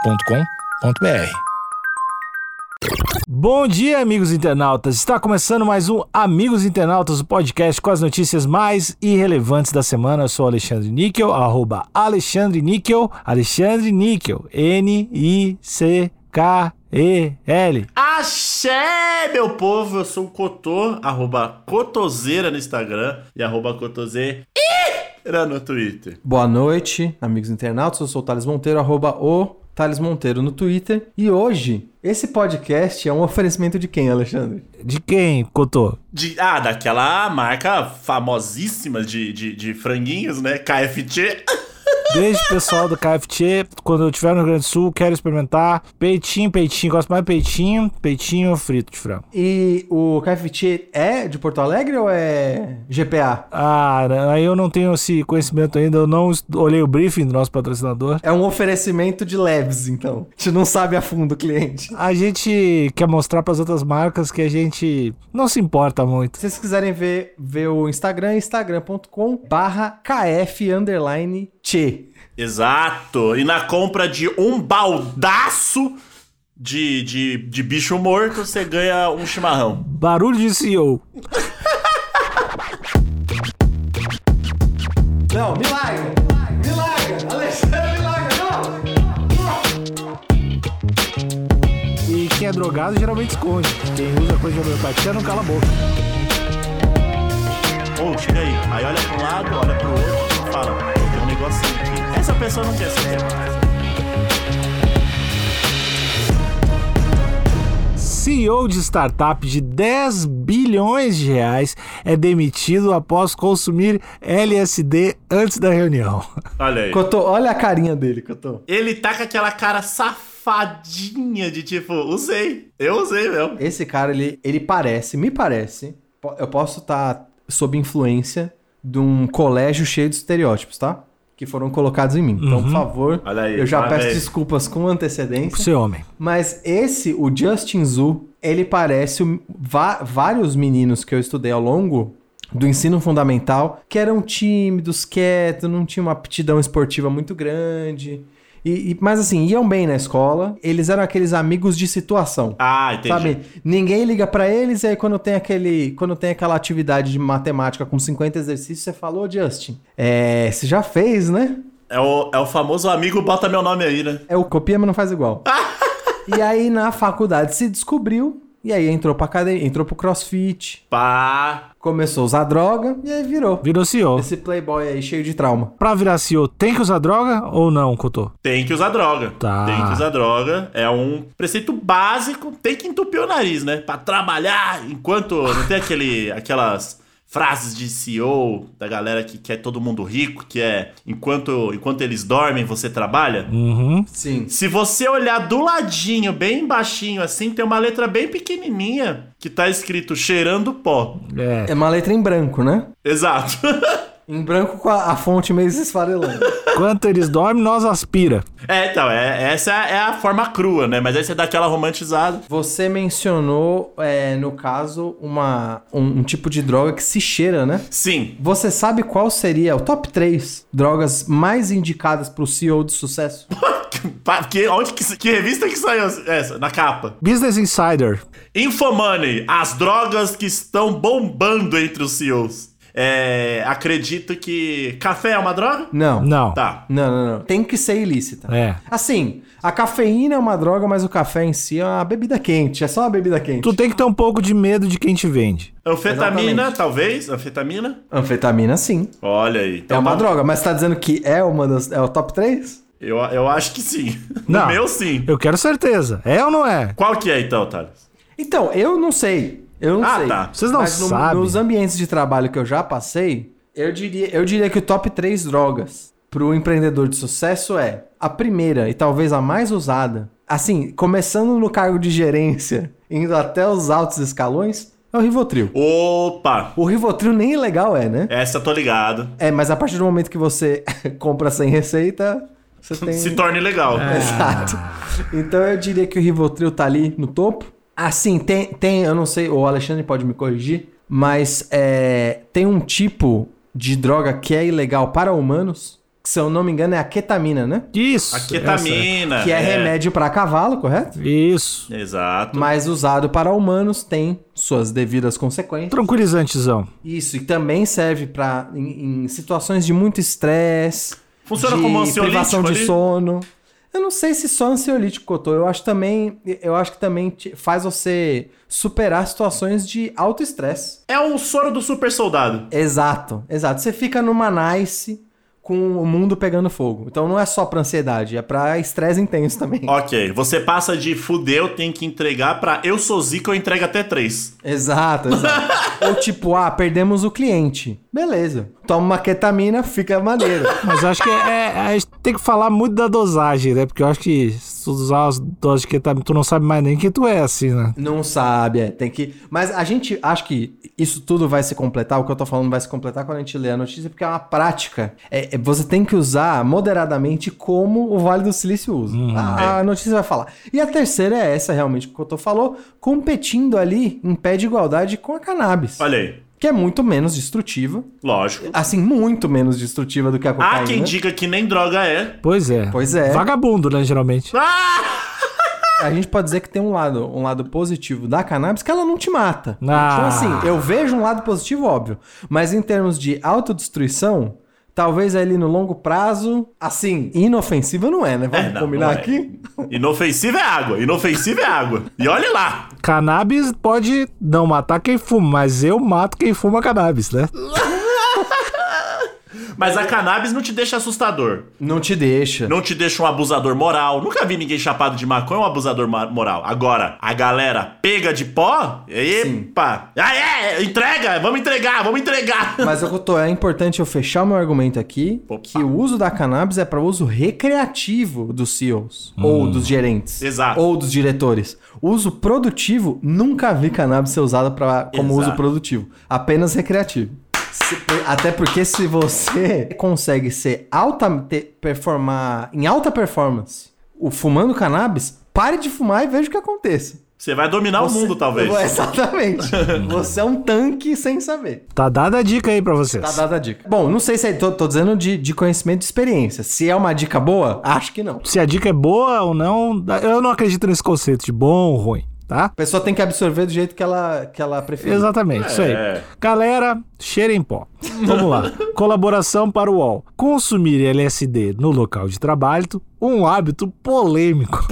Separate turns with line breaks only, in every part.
agenciadepodcast.com.br.
Bom dia, amigos internautas. Está começando mais um Amigos Internautas, o podcast com as notícias mais irrelevantes da semana. Eu sou Alexandre Níquel, arroba Alexandre Níquel, Alexandre Níquel, N-I-C-K-E-L.
Axé, meu povo! Eu sou o Cotô, arroba Cotoseira no Instagram e arroba Cotoseira no Twitter.
Boa noite, amigos internautas. Eu sou o Thales Monteiro, arroba o Thales Monteiro no Twitter. E hoje, esse podcast é um oferecimento de quem, Alexandre?
De quem, Cotô?
De- ah, daquela marca famosíssima de, de, de franguinhos, né? KFT.
Beijo, pessoal do KFT. Quando eu estiver no Rio Grande do Sul, quero experimentar peitinho, peitinho. Gosto mais de peitinho, peitinho frito de frango.
E o KFT é de Porto Alegre ou é GPA?
Ah, aí eu não tenho esse conhecimento ainda. Eu não est- olhei o briefing do nosso patrocinador.
É um oferecimento de labs, então. A gente não sabe a fundo o cliente.
A gente quer mostrar para as outras marcas que a gente não se importa muito.
Se vocês quiserem ver, ver o Instagram, instagram.com barra KF underline T.
Exato! E na compra de um baldaço de, de, de bicho morto, você ganha um chimarrão.
Barulho de CEO.
Não, me larga! Me larga! Alexandre, me larga! Não!
E quem é drogado geralmente esconde. Quem usa coisa de homeopatia não cala a boca.
Ou chega aí, aí olha pra um lado, olha pro outro e fala: "Pô, tem um negocinho aqui. Essa pessoa não quer saber.
CEO de startup de 10 bilhões de reais é demitido após consumir LSD antes da reunião.
Olha aí.
Cotô, olha a carinha dele, Cotô.
Ele tá com aquela cara safadinha de tipo, usei. Eu usei mesmo.
Esse cara, ele, ele parece, me parece, po- eu posso estar sob influência de um colégio cheio de estereótipos, tá? Que foram colocados em mim. Então, por favor,
Olha aí,
eu já
olha
peço
aí.
desculpas com
Pro
antecedência.
ser homem.
Mas esse, o Justin Zu, ele parece o- va- vários meninos que eu estudei ao longo do ensino fundamental, que eram tímidos, quietos, não tinham uma aptidão esportiva muito grande. E, e- mas assim, iam bem na escola, eles eram aqueles amigos de situação.
Ah, entendi.
Sabe? Ninguém liga pra eles, e aí quando tem aquele, quando tem aquela atividade de matemática com 50 exercícios, você falou, Justin, é, você já fez, né?
É o, é o famoso amigo bota meu nome aí, né?
É o copia, mas não faz igual. e aí na faculdade se descobriu, e aí entrou pra academia, entrou pro CrossFit,
Pá.
começou a usar droga e aí virou.
Virou CEO.
Esse playboy aí cheio de trauma.
Pra virar CEO, tem que usar droga ou não, Cotô?
Tem que usar droga.
Tá.
Tem que usar droga. É um preceito básico. Tem que entupir o nariz, né? Pra trabalhar enquanto. Não tem aquele, aquelas frases de CEO da galera que quer todo mundo rico, que é enquanto, enquanto eles dormem, você trabalha?
Uhum.
Sim.
Se você olhar do ladinho, bem baixinho assim, tem uma letra bem pequenininha que tá escrito cheirando pó.
É.
É uma letra em branco, né?
Exato.
Em branco com a, a fonte meio se esfarelando.
Enquanto eles dormem, nós aspira.
é, então, é, essa é a forma crua, né? Mas aí você dá aquela romantizada.
Você mencionou, é, no caso, uma, um, um tipo de droga que se cheira, né?
Sim.
Você sabe qual seria o top 3 drogas mais indicadas pro CEO de sucesso?
Pa- Que, onde que, que revista que saiu essa? Na capa.
Business Insider.
Infomoney, as drogas que estão bombando entre os CEOs. É, acredito que café é uma droga?
Não.
Não.
Tá.
Não, não, não. Tem que ser ilícita.
É.
Assim, a cafeína é uma droga, mas o café em si é uma bebida quente. É só uma bebida quente.
Tu tem que ter um pouco de medo de quem te vende.
Anfetamina,
Exatamente.
talvez? Anfetamina?
Anfetamina, sim.
Olha aí.
é
Então
uma
tá-
droga, mas tá dizendo que é uma das. É o top 3?
Eu, eu acho que sim.
Não.
No meu, sim.
Eu quero certeza. É ou não é?
Qual que é então, Thales?
Então, eu não sei. Eu não
Ah,
sei.
tá.
Vocês não
Mas no-
sabem.
nos ambientes de trabalho que eu já passei, eu diria, eu diria que o top 3 drogas pro empreendedor de sucesso é a primeira e talvez a mais usada. Assim, começando no cargo de gerência, indo até os altos escalões, é o Rivotril.
Opa!
O Rivotril nem ilegal é, né?
Essa eu tô ligado.
É, mas a partir do momento que você compra sem receita, você tem É.
Se torna ilegal.
Exato. Então eu diria que o Rivotril tá ali no topo. Assim, tem, tem eu não sei, o Alexandre pode me corrigir, mas é, tem um tipo de droga que é ilegal para humanos que se eu não me engano é a ketamina, né?
Isso.
A
essa-
ketamina.
Que é, remédio pra cavalo, correto?
Isso.
Exato.
Mas usado para humanos tem suas devidas consequências.
Tranquilizantezão.
Isso, e também serve para em, em situações de muito estresse.
Funciona
de
como ansiolítico
privação de
ali?
sono. Eu não sei se só ansiolítico, Cotô. Eu acho também, eu acho que também te- faz você superar situações de alto estresse.
É o soro do super soldado.
Exato, exato. Você fica numa nice com o mundo pegando fogo. Então não é só pra ansiedade, é pra estresse intenso também.
Ok, você passa de fudeu, tem que entregar pra eu sou zica, eu entrego até três.
Exato, exato. Ou tipo, ah, perdemos o cliente. Beleza. Toma uma ketamina, fica maneiro.
Mas eu acho que é, é- a gente tem que falar muito da dosagem, né? Porque eu acho que se tu usar as doses de ketamina, tu não sabe mais nem quem tu é, assim, né?
Não sabe, é, tem que. Mas a gente acha que isso tudo vai se completar, o que eu tô falando vai se completar quando a gente lê a notícia, porque é uma prática. É, é- você tem que usar moderadamente como o Vale do Silício usa.
Uhum.
Ah,
É.
a, a notícia vai falar. E a terceira é essa, realmente, que o Cotô falou, competindo ali em pé de igualdade com a cannabis.
Olha aí,
Que é muito menos destrutiva.
lógico.
Assim, muito menos destrutiva do que a cocaína.
Há quem diga que nem droga é.
Pois é.
Pois é.
Vagabundo, né, geralmente.
Ah!
A gente pode dizer que tem um lado, um lado positivo da cannabis que ela não te mata. Então,
Ah.
assim, eu vejo um lado positivo, óbvio. Mas em termos de autodestruição, talvez ali no longo prazo, assim, inofensiva não é, né? Vamos
É, não,
combinar
não é.
aqui?
Inofensiva é água, inofensiva é água. E olha lá.
Cannabis pode não matar quem fuma, mas eu mato quem fuma cannabis, né?
Mas a cannabis não te deixa assustador.
Não te deixa.
Não te deixa um abusador moral. Nunca vi ninguém chapado de maconha um abusador ma- moral. Agora, a galera pega de pó, epa! Ah, é, entrega! Vamos entregar, vamos entregar!
Mas eu tô, é importante eu fechar o meu argumento aqui,
Opa.
que o uso da cannabis é para uso recreativo dos CEOs, ou dos gerentes,
Exato.
ou dos diretores. Uso produtivo, nunca vi cannabis ser usada pra, como
Exato.
uso produtivo, apenas recreativo. Se- até porque se você consegue ser alta, ter- performar em alta performance, o fumando cannabis, pare de fumar e veja o que acontece.
Você vai dominar É o mundo, talvez.
Exatamente. você é um tanque sem saber.
Tá dada a dica aí pra vocês.
Tá dada a dica. Bom, não sei se é. Tô, tô dizendo de, de conhecimento de experiência. Se é uma dica boa, acho que não.
Se a dica é boa ou não, eu não acredito nesse conceito de bom ou ruim, tá?
A pessoa tem que absorver do jeito que ela, que ela preferir.
Exatamente, isso aí. Galera, cheirem pó. Vamos lá. Colaboração para o UOL. Consumir LSD no local de trabalho, um hábito polêmico.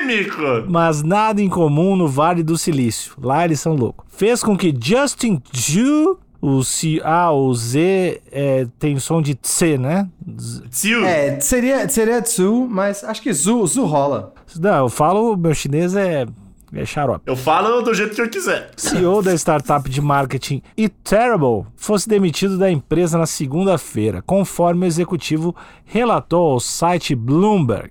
Polêmico!
Mas nada incomum no Vale do Silício. Lá eles são loucos. Fez com que Justin Ju, o C, A, o Z, é, tem som de C, né? Z-
Tio,
É, seria, seria Tsu, mas acho que Zu, Zu rola.
não, eu falo, meu chinês é, é xarope.
eu falo do jeito que eu quiser.
CEO da startup de marketing e Terrible fosse demitido da empresa na segunda-feira, conforme o executivo relatou ao site Bloomberg.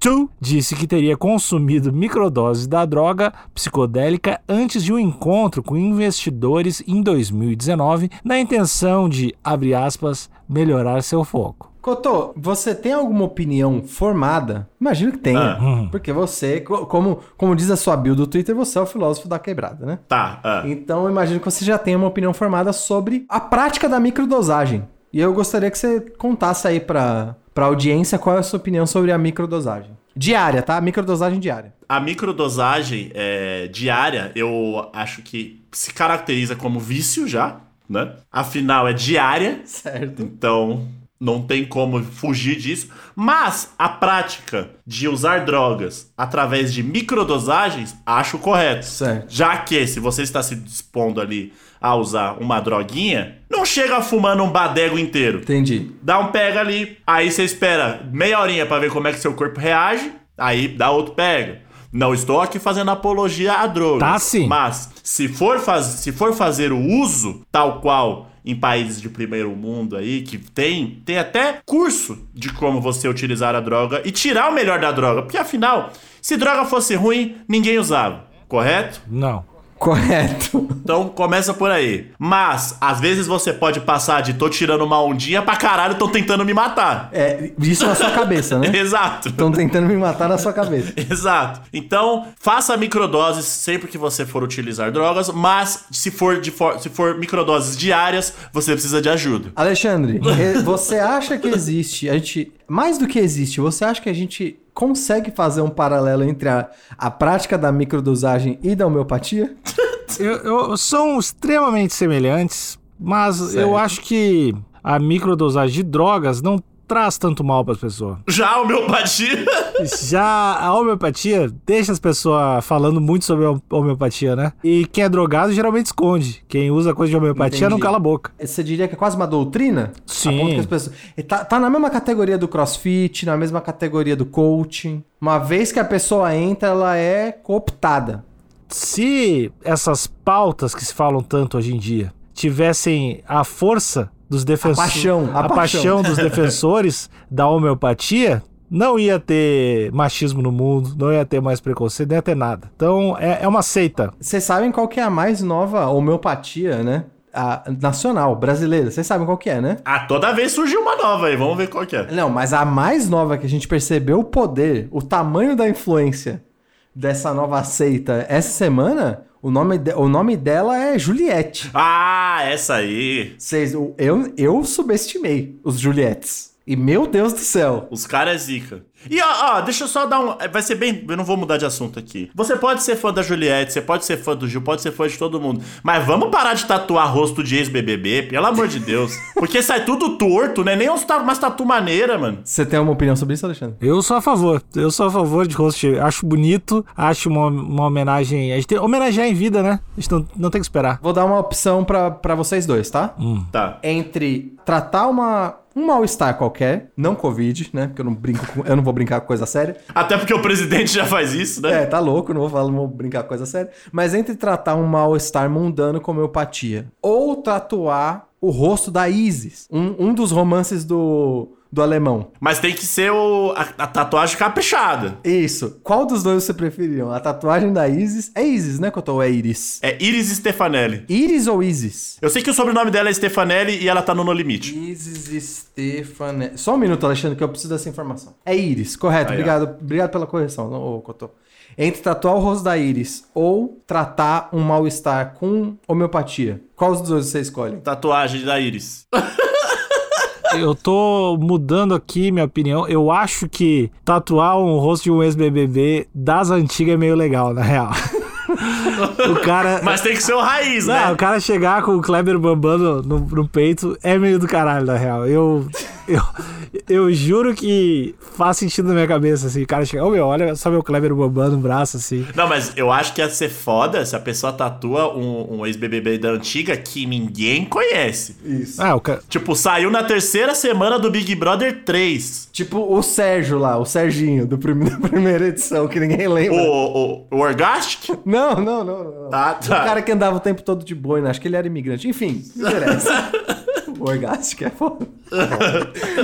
Stu disse que teria consumido microdoses da droga psicodélica antes de um encontro com investidores em 2019, na intenção de, abre aspas, melhorar seu foco.
Cotô, você tem alguma opinião formada? Imagino que tenha.
Ah.
Hum.
Porque você, co- como, como diz a sua bio do Twitter, você é o filósofo da quebrada, né?
Tá, ah.
Então eu imagino que você já tem uma opinião formada sobre a prática da microdosagem. E eu gostaria que você contasse aí pra, pra audiência qual é a sua opinião sobre a microdosagem. Diária, tá? Microdosagem diária.
A microdosagem é, diária, eu acho que se caracteriza como vício já, né? Afinal, é diária,
Certo.
então não tem como fugir disso. Mas a prática de usar drogas através de microdosagens, acho correto.
Certo.
Já que se você está se dispondo ali a usar uma droguinha, não chega fumando um badego inteiro.
Entendi.
Dá um pega ali, aí você espera meia horinha pra ver como é que seu corpo reage, aí dá outro pega. Não estou aqui fazendo apologia à droga.
Tá sim.
Mas se for, faz, se for fazer o uso, tal qual em países de primeiro mundo aí, que tem, tem até curso de como você utilizar a droga e tirar o melhor da droga. Porque afinal, se droga fosse ruim, ninguém usava, correto?
Não.
Correto.
Então começa por aí. Mas, às vezes você pode passar de tô tirando uma ondinha pra caralho, tô tentando me matar.
É, isso na sua cabeça, né?
Exato.
Estão tentando me matar na sua cabeça.
Exato. Então, faça microdoses sempre que você for utilizar drogas, mas se for, de for- se for microdoses diárias, você precisa de ajuda.
Alexandre, eh, você acha que existe, a gente, mais do que existe, você acha que a gente consegue fazer um paralelo entre a, a prática da microdosagem e da homeopatia?
Eu, eu- são extremamente semelhantes, mas
Certo.
eu acho que a microdosagem de drogas não traz tanto mal para as pessoas.
Já a homeopatia.
Já a homeopatia deixa as pessoas falando muito sobre a homeopatia, né? E quem é drogado geralmente esconde. Quem usa coisa de homeopatia não
Entendi.
cala a boca.
Você diria que é quase uma doutrina?
Sim.
A ponto que as pessoas- eh, Tá, tá na mesma categoria do crossfit, na mesma categoria do coaching. Uma vez que a pessoa entra, ela é cooptada.
Se essas pautas que se falam tanto hoje em dia tivessem a força dos defensores.
paixão, a
a paixão dos defensores da homeopatia. Não ia ter machismo no mundo, não ia ter mais preconceito, não ia ter nada. Então é, é uma seita.
Vocês sabem qual que é a mais nova homeopatia, né? A nacional, brasileira. Vocês sabem qual que é, né?
Ah, toda vez surgiu uma nova aí, vamos ver qual que é.
Não, mas a mais nova que a gente percebeu o poder, o tamanho da influência dessa nova seita essa semana, o nome, de- o nome dela é Juliette.
Ah, essa aí.
Vocês, o- eu, eu subestimei os Juliettes. E meu Deus do céu.
Os caras é zica. E ó, ó, deixa eu só dar um. Vai ser bem. Eu não vou mudar de assunto aqui. Você pode ser fã da Juliette, você pode ser fã do Gil, pode ser fã de todo mundo. Mas vamos parar de tatuar rosto de ex-BBB, pelo amor de Deus. Porque sai tudo torto, né? Nem uns ta- umas tatu maneira, mano.
Você tem uma opinião sobre isso, Alexandre?
Eu sou a favor. Eu sou a favor de rosto cheio. Acho bonito, acho uma, uma homenagem. A gente tem homenagear em vida, né? A gente não, não tem que esperar.
Vou dar uma opção pra pra vocês dois, tá?
Tá.
Entre tratar uma, um mal-estar qualquer, não Covid, né? Porque eu não, brinco com- eu não vou brincar com coisa séria.
Até porque o presidente já faz isso, né?
É, tá louco, não vou, falar, não vou brincar coisa séria. Mas entre tratar um mal-estar mundano com homeopatia ou tatuar o rosto da Isis, um, um dos romances do, do alemão.
Mas tem que ser o, a, a tatuagem caprichada.
Isso. Qual dos dois você preferiam? A tatuagem da Isis? É Isis, né, Cotô? Ou é Iris?
É Iris Stefanelli.
Iris ou Isis?
Eu sei que o sobrenome dela é Stefanelli e ela tá no No Limite.
Isis Stefanelli. Só um minuto, Alexandre, que eu preciso dessa informação. É Iris, correto.
Aí, ó.
obrigado, obrigado pela correção, ô, Cotô. Entre tatuar o rosto da Iris ou tratar um mal-estar com homeopatia, qual dos dois você escolhe?
Tatuagem da Iris.
Eu tô mudando aqui minha opinião. Eu acho que tatuar um rosto de um ex-BBB das antigas é meio legal, na real. o cara.
Mas tem que ser o raiz,
É, Não,
né?
o cara chegar com o Kleber bambando no, no peito é meio do caralho, na real. Eu, eu, eu juro que faz sentido na minha cabeça, assim. O cara chega, ô meu, olha só meu Kleber bambando no braço, assim.
Não, mas eu acho que ia ser foda se a pessoa tatua um, um ex-BBB da antiga que ninguém conhece.
Isso.
Ah, o cara.
Tipo, saiu na terceira semana do Big Brother 3.
Tipo o Sérgio lá, o Serginho, do prim- da primeira edição, que ninguém
O,
lembra.
o, o Orgastic?
Não, não, não, não.
Ah,
O
tá.
cara que andava o tempo todo de boina, acho que ele era imigrante. Enfim, não interessa. o orgástico é foda.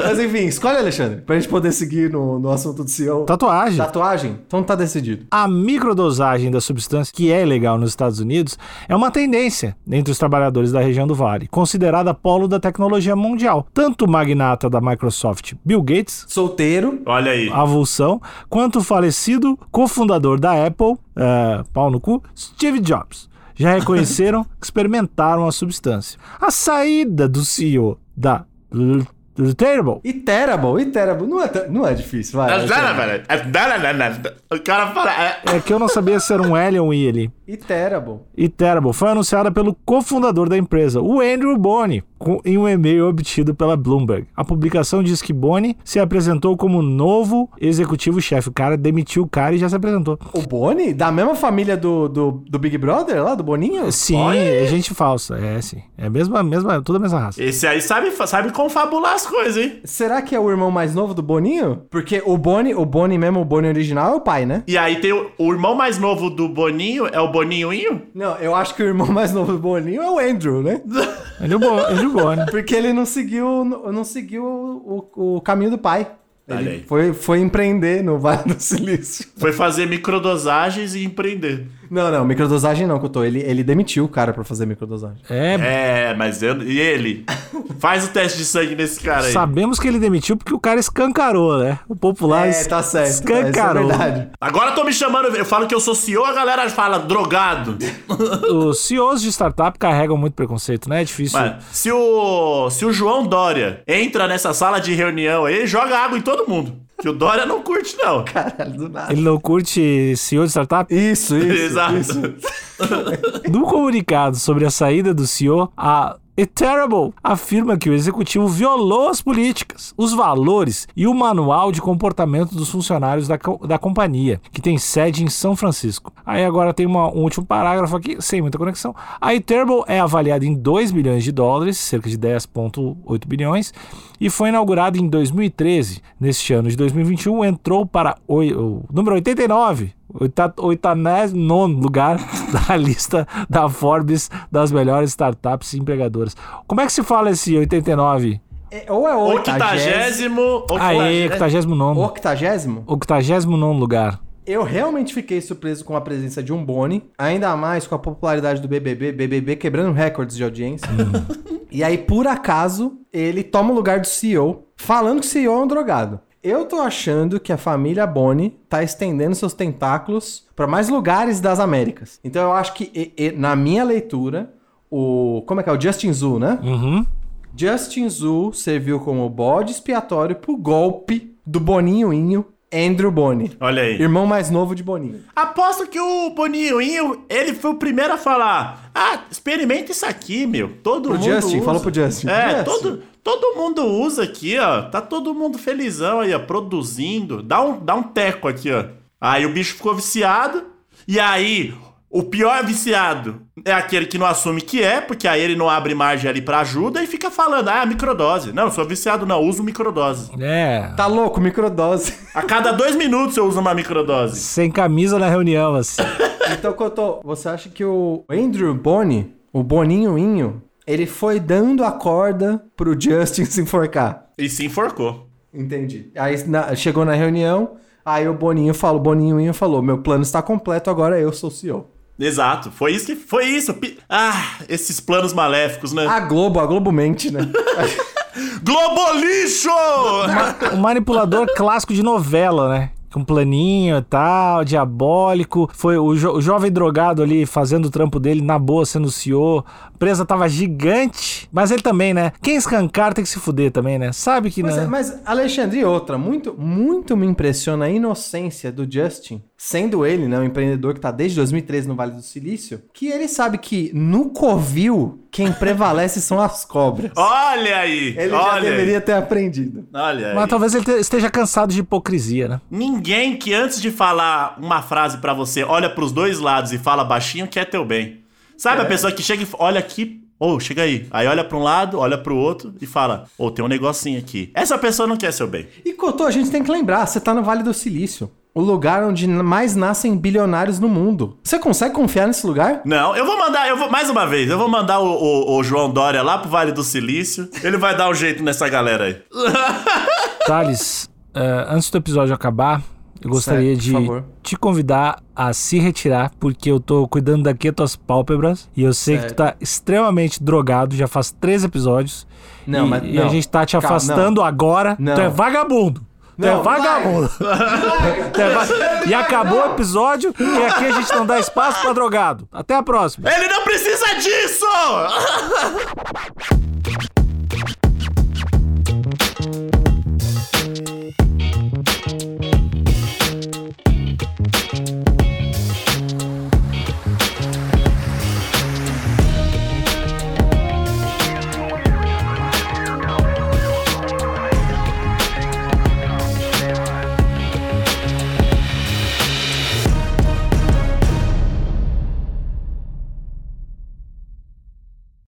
Mas enfim, escolhe, Alexandre, pra gente poder seguir no, no assunto do CEO.
Tatuagem.
Tatuagem? Então tá decidido.
A microdosagem da substância, que é ilegal nos Estados Unidos, é uma tendência entre os trabalhadores da região do Vale, considerada polo da tecnologia mundial. Tanto o magnata da Microsoft, Bill Gates,
Solteiro.
Olha
É
aí.
avulsão, quanto o falecido cofundador da Apple, eh, pau no cu, Steve Jobs. Já reconheceram que experimentaram a substância. A saída do CEO da L- L- Terrible
E Terrible, e Terrible. Não é, ta- não é difícil, vai. Alexandre.
O cara fala. é,
é que eu não sabia se era um L ou um I ali.
E Terrible.
E Terrible foi anunciada pelo cofundador da empresa, o Andrew Bone, com- em um e-mail obtido pela Bloomberg. A publicação diz que Bone se apresentou como novo executivo-chefe. O cara demitiu o cara e já se apresentou.
O Boni? Da mesma família do, do, do Big Brother lá, do Boninho?
Sim, é gente falsa. É, sim. É a mesma, mesma, toda a mesma raça.
Esse aí sabe, sabe confabular as coisas, hein?
Será que é o irmão mais novo do Boninho? Porque o Boni, o Boni mesmo, o Boni original é o pai, né?
E aí tem o, o irmão mais novo do Boninho, é o Boninhoinho?
Não, eu acho que o irmão mais novo do Boninho é o Andrew, né?
Andrew Bo- Andrew Bone.
Porque ele não seguiu, não seguiu o, o caminho do pai.
Olha
Ele
aí.
foi, foi empreender no Vale do Silício.
Foi fazer microdosagens e empreender.
Não, não, microdosagem não, Couto. Ele, ele demitiu o cara pra fazer microdosagem.
É,
É, mas eu. E ele? Faz o teste de sangue nesse cara aí.
sabemos que ele demitiu porque o cara escancarou, né? O popular
é, tá certo.
escancarou.
Isso é verdade.
Agora tô me chamando, eu falo que eu sou CEO, a galera fala drogado.
Os CEOs de startup carregam muito preconceito, né? É difícil.
Mano, se o, se o João Dória entra nessa sala de reunião aí, ele joga água em todo mundo. Que o Dória não curte, não.
Caralho, do nada.
Ele não curte CEO de startup?
Isso, isso.
Exato.
isso.
No comunicado sobre a saída do CEO, a E Terrible afirma que o executivo violou as políticas, os valores e o manual de comportamento dos funcionários da, co- da companhia, que tem sede em São Francisco. Aí agora tem uma- um último parágrafo aqui, sem muita conexão. A E Terrible é avaliada em 2 bilhões de dólares, cerca de 10,8 bilhões, e foi inaugurada em 2013. Neste ano de 2021, entrou para o, o número 89 nono lugar da lista da Forbes das melhores startups e empregadoras. Como é que se fala esse 89?
É, ou é octagésimo.
Octagésimo.
Aê,
né?
tá- 89.
Octagésimo?
89 lugar.
Eu realmente fiquei surpreso com a presença de um Boni, ainda mais com a popularidade do BBB, BBB quebrando recordes de audiência. e aí, por acaso, ele toma o lugar do CEO, falando que o CEO é um drogado. Eu tô achando que a família Boni tá estendendo seus tentáculos pra mais lugares das Américas. Então eu acho que, e- e- na minha leitura, o. Como é que é? O Justin Zu, né?
Uhum.
Justin Zu serviu como bode expiatório pro golpe do Boninhoinho Andrew Boni.
Olha aí.
Irmão mais novo de Boninho.
Aposto que o Boninho, ele foi o primeiro a falar: Ah, experimenta isso aqui, meu. Todo
Pro
mundo.
Justin,
usa.
falou pro Justin.
É,
Justin.
todo, todo mundo usa aqui, ó. Tá todo mundo felizão aí, ó, produzindo. Dá um, dá um teco aqui, ó. Aí o bicho ficou viciado. E aí, o pior viciado é aquele que não assume que é, porque aí ele não abre margem ali pra ajuda e fica falando, ah, microdose. Não, eu sou viciado, não, eu uso microdose.
É.
Tá louco, microdose.
A cada dois minutos eu uso uma microdose.
Sem camisa na reunião, assim.
então, Cotô, você acha que o Andrew Boni, o Boninhoinho, ele foi dando a corda pro Justin se enforcar?
E se enforcou.
Entendi. Aí na- chegou na reunião, aí o Boninho falou, o Boninhoinho falou, meu plano está completo, agora eu sou o CEO.
Exato, foi isso que. Foi isso. Pi- Ah, esses planos maléficos, né?
A Globo, a Globo mente, né?
Globolixo!
O manipulador clássico de novela, né? Com planinho e tal, diabólico. Foi o, jo- o jovem drogado ali fazendo o trampo dele na boa, sendo CEO. A presa tava gigante. Mas ele também, né? Quem escancar tem que se fuder também, né? Sabe que
Mas,
não.
é, mas, Alexandre, e outra, muito, muito me impressiona a inocência do Justin, sendo ele, né, um empreendedor que tá desde 2013 no Vale do Silício, que ele sabe que no covil quem prevalece são as cobras.
Olha aí!
Ele já
olha
deveria ter aprendido.
aí. Olha aí.
Mas talvez ele te- esteja cansado de hipocrisia, né?
Ninguém que antes de falar uma frase pra você olha pros dois lados e fala baixinho quer teu bem. Sabe
É.
a pessoa que chega e fa- olha aqui, ou chega aí, aí olha pra um lado, olha pro outro e fala, ô, tem um negocinho aqui. Essa pessoa não quer seu bem.
E Cotô, a gente tem que lembrar, você tá no Vale do Silício, o lugar onde mais nascem bilionários no mundo. Você consegue confiar nesse lugar?
Não, eu vou mandar, eu vou mais uma vez, eu vou mandar o, o- o João Dória lá pro Vale do Silício. Ele vai dar um jeito nessa galera aí.
Thales, eh, antes do episódio acabar, eu gostaria
Certo, por
de
favor.
te convidar a se retirar, porque eu tô cuidando daqui das tuas pálpebras e eu sei que tu tá extremamente drogado, já faz três episódios.
Não,
e,
mas-
e a
não.
gente tá te
Calma,
afastando agora.
Não.
Tu é vagabundo. Tu é
Não, vai.
vagabundo. Tu é va- E acabou o episódio e aqui a gente não dá espaço pra drogado. Até a próxima.
Ele não precisa disso!